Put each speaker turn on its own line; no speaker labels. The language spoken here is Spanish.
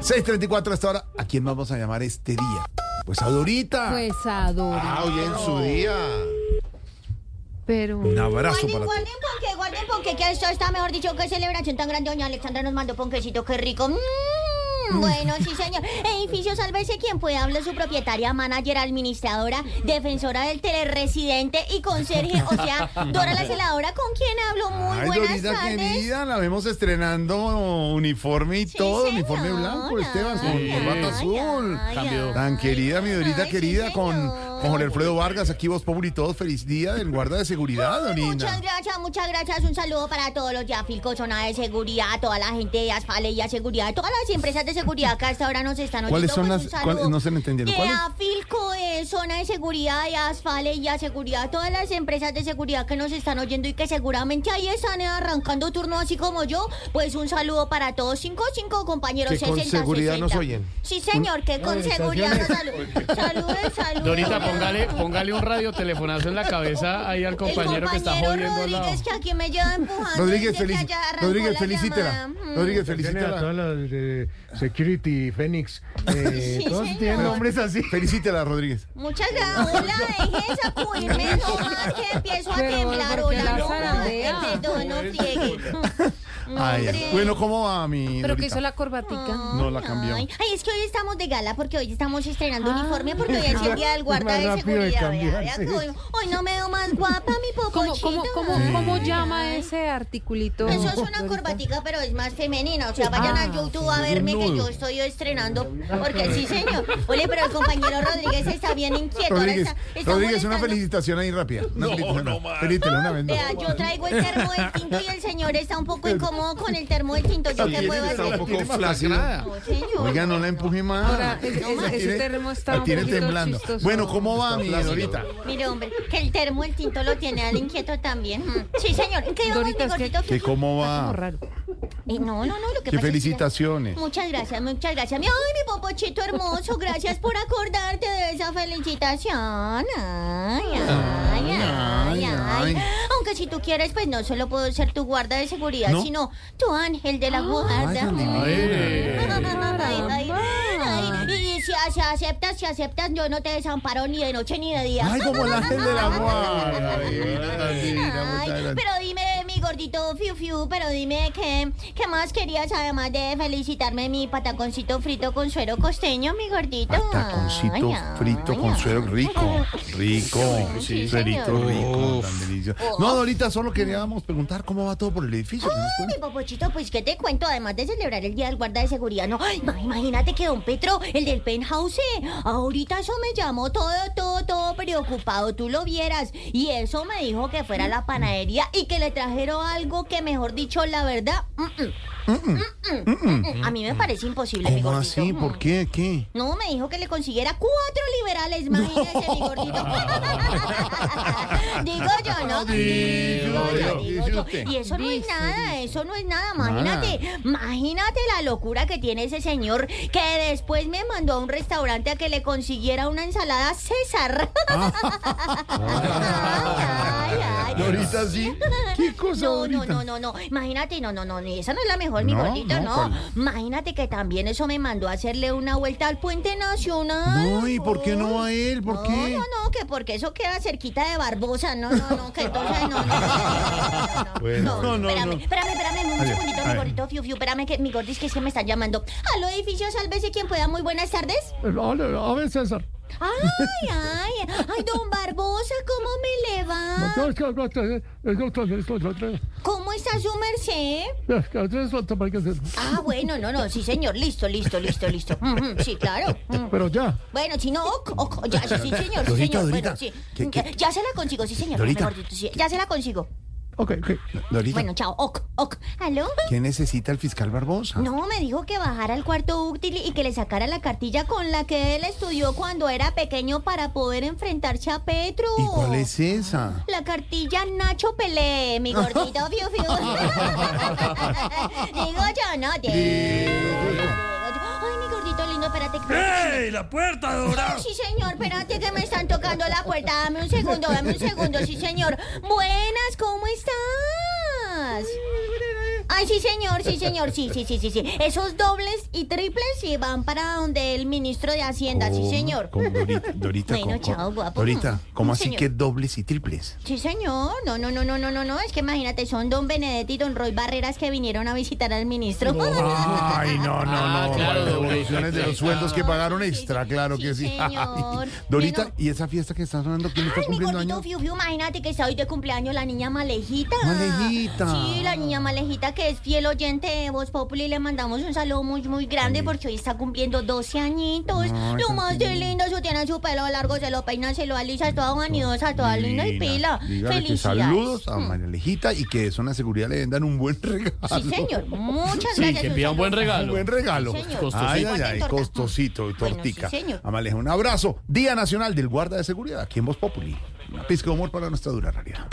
6.34 hasta ahora. ¿A quién vamos a llamar este día? Pues a Dorita.
Pues adoro.
Ah, hoy en su día.
Pero.
Un abrazo
Guarden,
para ti.
guarden ponque, guarden ponque, que esto está, mejor dicho, qué celebración tan grande. Doña Alexandra nos mandó ponquecito, qué rico. Mm, bueno, sí, señor. Edificio Sálvese quien puede habla su propietaria, manager, administradora, defensora del teleresidente y conserje, o sea, Dora la celadora, con quien hablo. Muy
Ay,
buenas
Dorita
tardes.
querida, la vemos estrenando uniforme y
Sí,
todo,
señor.
uniforme blanco, Esteban, con
Ay,
corbata
ay,
azul.
ay,
Cambio.
Tan querida, mi Dorita
Ay, sí,
querida, con,
señor.
con Jorge Alfredo Vargas, aquí Voz Populi, todos feliz día del guarda de seguridad,
Muchas
Dorina.
gracias, muchas gracias. Un saludo para todos los Yafilco, zona de seguridad, a toda la gente de Asfale y a seguridad, todas las empresas de seguridad que hasta ahora nos están oyendo.
¿Cuáles son las-
pues, un saludo.
cuáles? No se me entendieron.
De
¿Cuáles?
Afilco, de zona de seguridad, de Asfale y a seguridad, todas las empresas de seguridad que nos están oyendo y que seguramente ahí están eh, arrancando turno así como yo. Pues un saludo para todos, cinco, cinco compañeros.
Que con
60,
seguridad
60.
nos oyen.
Sí, señor, que con seguridad nos saludan. Saludos, saludos.
Dorita, póngale, póngale un radiotelefonazo en la cabeza ahí al compañero,
el
que está
compañero
jodiendo al lado.
Rodríguez que aquí me lleva empujando.
Rodríguez,
desde que
feliz,
allá arrancó
Rodríguez,
la
felicítela.
llamada. Mm.
Rodríguez,
Felicitaciones a
felicítela.
todas las de Security Phoenix. eh,
Sí,
todos
señor.
tienen nombres así.
Felicítela, Rodríguez.
Muchas gracias. Hola, deje sacudirme nomás que empiezo a
Pero,
temblar.
¿por qué
Hola,
la
no,
zarandea?
no, perdón, no friegue.
Ay, ay.
Hombre.
Bueno, ¿cómo va mi
Pero que
Dorita?
hizo la corbatica.
Ah,
No la cambió.
Mm. Ay, ay, es que hoy estamos de gala porque hoy estamos estrenando
Ah.
uniforme porque hoy es el día del guarda
Más
de
rápido de
seguridad. vea, vea
cambiarse.
que hoy, hoy no me veo más guapa, mi
¿Cómo,
popochito.
cómo, cómo, cómo llama ese articulito? Pues
Eso es una
Dorita?
corbatica, pero es más femenina. O sea, vayan
Ah,
a YouTube a verme que yo estoy estrenando. Porque sí, señor. Oye, pero el compañero Rodríguez está bien inquieto. ahora
Rodríguez,
está, está
Rodríguez, una
molestando.
felicitación ahí rápida. Una felicitación. Felicítela una vez.
Vea, yo traigo el termo del tinto y el señor está un poco incómodo con el termo del tinto. ¿Yo qué puedo
Está un
hacer?
poco flagrada.
No, señor.
Oiga, no la empuje más.
Ahora, es-
No,
es-
la
ese termo está
la
un
tiene
poquito
temblando.
chistoso.
Bueno, ¿cómo va mi
plácido.
Dorita?
Mire, hombre, que el termo, el tinto lo tiene al inquieto también. Mm. Sí, señor. ¿En qué íbamos, mi
Dorita, es que-
gordito?
¿Que ¿Cómo
Está
Ah.
como
va?
raro.
Eh, no, no, no, lo que
¿Qué
pasa es que-
felicitaciones?
Muchas gracias, muchas gracias. Mi- Ay, mi popochito hermoso, gracias por acordarte de esa felicitación. Ay, ay,
Ay,
ay,
ay.
ay. Aunque si tú quieres, pues no solo puedo ser tu guarda de seguridad,
¿No?
sino tu ángel de la guarda.
Ay, tan divina.
Ay, ay, ay. Y si a- si aceptas, si aceptas, yo no te desamparo ni de noche ni de día.
Ay, como el ángel de la guarda. Divina, tan divina,
Ay,
muchas gracias.
pero dime, mi gordito Fiu Fiu, pero dime qué, qué más querías, además de felicitarme mi pataconcito frito con suero costeño, mi gordito.
Pataconcito
Ay, ay,
frito con
ay.
suero rico, rico,
Sí,
suerito
señor. Oh.
rico, tan delicioso. No, Dorita, solo queríamos preguntar cómo va todo por el edificio. ¿Qué nos
Ay,
cuenta?
mi popochito, pues qué te cuento, además de celebrar el Día del Guarda de Seguridad, no, ay, ma- imagínate que don Petro, el del penthouse, eh, ahorita eso me llamó todo, todo, todo preocupado, tú lo vieras, y eso me dijo que fuera a la panadería y que le trajeron algo que, mejor dicho, la verdad, mm, mm, mm, mm, a mí me parece imposible, mi
¿Cómo
gordito.
así? ¿Por qué? ¿Qué?
No, me dijo que le consiguiera cuatro liberales, imagínese, mi gordito. digo yo, ¿no? Digo yo, digo yo. Y eso no es nada, eso no es nada, imagínate. Imagínate la locura que tiene ese señor que después me mandó a un restaurante a que le consiguiera una ensalada César. Ah. Ay, ay, ay.
Dorita, sí. ¿Qué cosa,
No, no,
Dorita?
no, no, no. Imagínate, no, no, no, ni esa no es la mejor, mi
No,
gordito,
no,
no.
¿cuál?
Imagínate que también eso me mandó a hacerle una vuelta al puente nacional.
No, ¿y por qué no a él? ¿Por
no,
qué?
No, no, que porque eso queda cerquita de Barbosa. No, no, no, que entonces no, no. no, no, no,
Bueno,
no,
bueno.
espérame, espérame, espérame, un
Ay,
segundito,
ay.
mi gordito, fiu, fiu, espérame, que mi gordis que es que me están llamando. Aló, edificio, sálvese quien pueda. Muy buenas tardes.
Hola, a ver, César.
Ay, ay, ay, don Barbosa, ¿cómo me le va?
Es que otra vez, es que otra vez, es que otra vez.
¿Cómo está su merced?
Es que otra vez, otra vez, es que otra vez.
Ah, bueno, no, no, sí, señor, listo, listo, listo, listo. Mm, mm, sí, claro. Mm.
Pero ya.
Bueno, si no, ok, ok, ya, sí, sí, señor, sí,
Dorita,
señor.
Dorita,
Bueno, sí.
¿qué- qué?
Ya, ya se la consigo, sí, señor.
Dorita.
mejor dicho, sí, ya se la consigo.
Ok, ok.
Dorita,
Bueno, chao, ok, ok. ¿Aló?
¿qué necesita el fiscal Barbosa?
No, me dijo que bajara al cuarto útil y que le sacara la cartilla con la que él estudió cuando era pequeño para poder enfrentarse a Petro.
¿Y cuál es esa?
La cartilla Nacho Pelé, mi gordito fiu fiu. Digo yo, no, digo yo. Ay, mi gordito lindo, espérate. ¡Ey! ¡La puerta dorada! Sí, señor, espérate que me están tocando la puerta. Dame un segundo, dame un segundo, sí, señor. Buenas, ¿cómo estás? Ay, sí, señor, sí, señor, sí, sí, sí, sí, sí. Esos dobles y triples sí van para donde el ministro de Hacienda, sí,
¿Cómo?
señor.
¿Cómo, Dorita, Dorita,
Bueno,
¿cómo- cómo-
chao, guapo.
Dorita, ¿cómo así
Señor.
que dobles y triples?
Sí, señor. No, no, no, no, no, no, no. Es que imagínate, son don Benedetti y don Roy Barreras que vinieron a visitar al ministro.
Ay, no, no,
Ah,
no.
claro,
las
doble y
devoluciones de
triple,
los sueldos que
claro.
pagaron
Ah, Sí,
extra,
sí,
claro
sí,
que sí. Ay,
señor.
Dorita,
Bueno.
¿y esa fiesta que está sonando? ¿Quién está
Ay, mi
cumpliendo
gordito
años?
Fiu Fiu, imagínate que está hoy de cumpleaños la niña Malejita.
Malejita.
Sí, la niña Malejita que es fiel oyente de Voz Populi. Le mandamos un saludo muy, muy grande porque hoy está cumpliendo 12 añitos.
Ay,
lo
tan
más de
linda.
lindo, su tiene su pelo largo, se lo peina, se lo alisa, es toda vanidosa, toda linda y pila.
Dígale que
Felicidades.
saludos a
Mm.
María Alejita y que eso en la seguridad le vendan un buen regalo.
Sí, señor. Muchas
Sí,
gracias.
que pida un buen
saludo.
Un
regalo.
buen regalo.
Sí, señor.
Costosito.
Ay, ay, ay,
Torta.
costosito y
Bueno, sí,
tortica.
señor.
Amaleja, un abrazo. Día Nacional del Guarda de Seguridad aquí en Voz Populi. Una pizca de humor para nuestra dura realidad.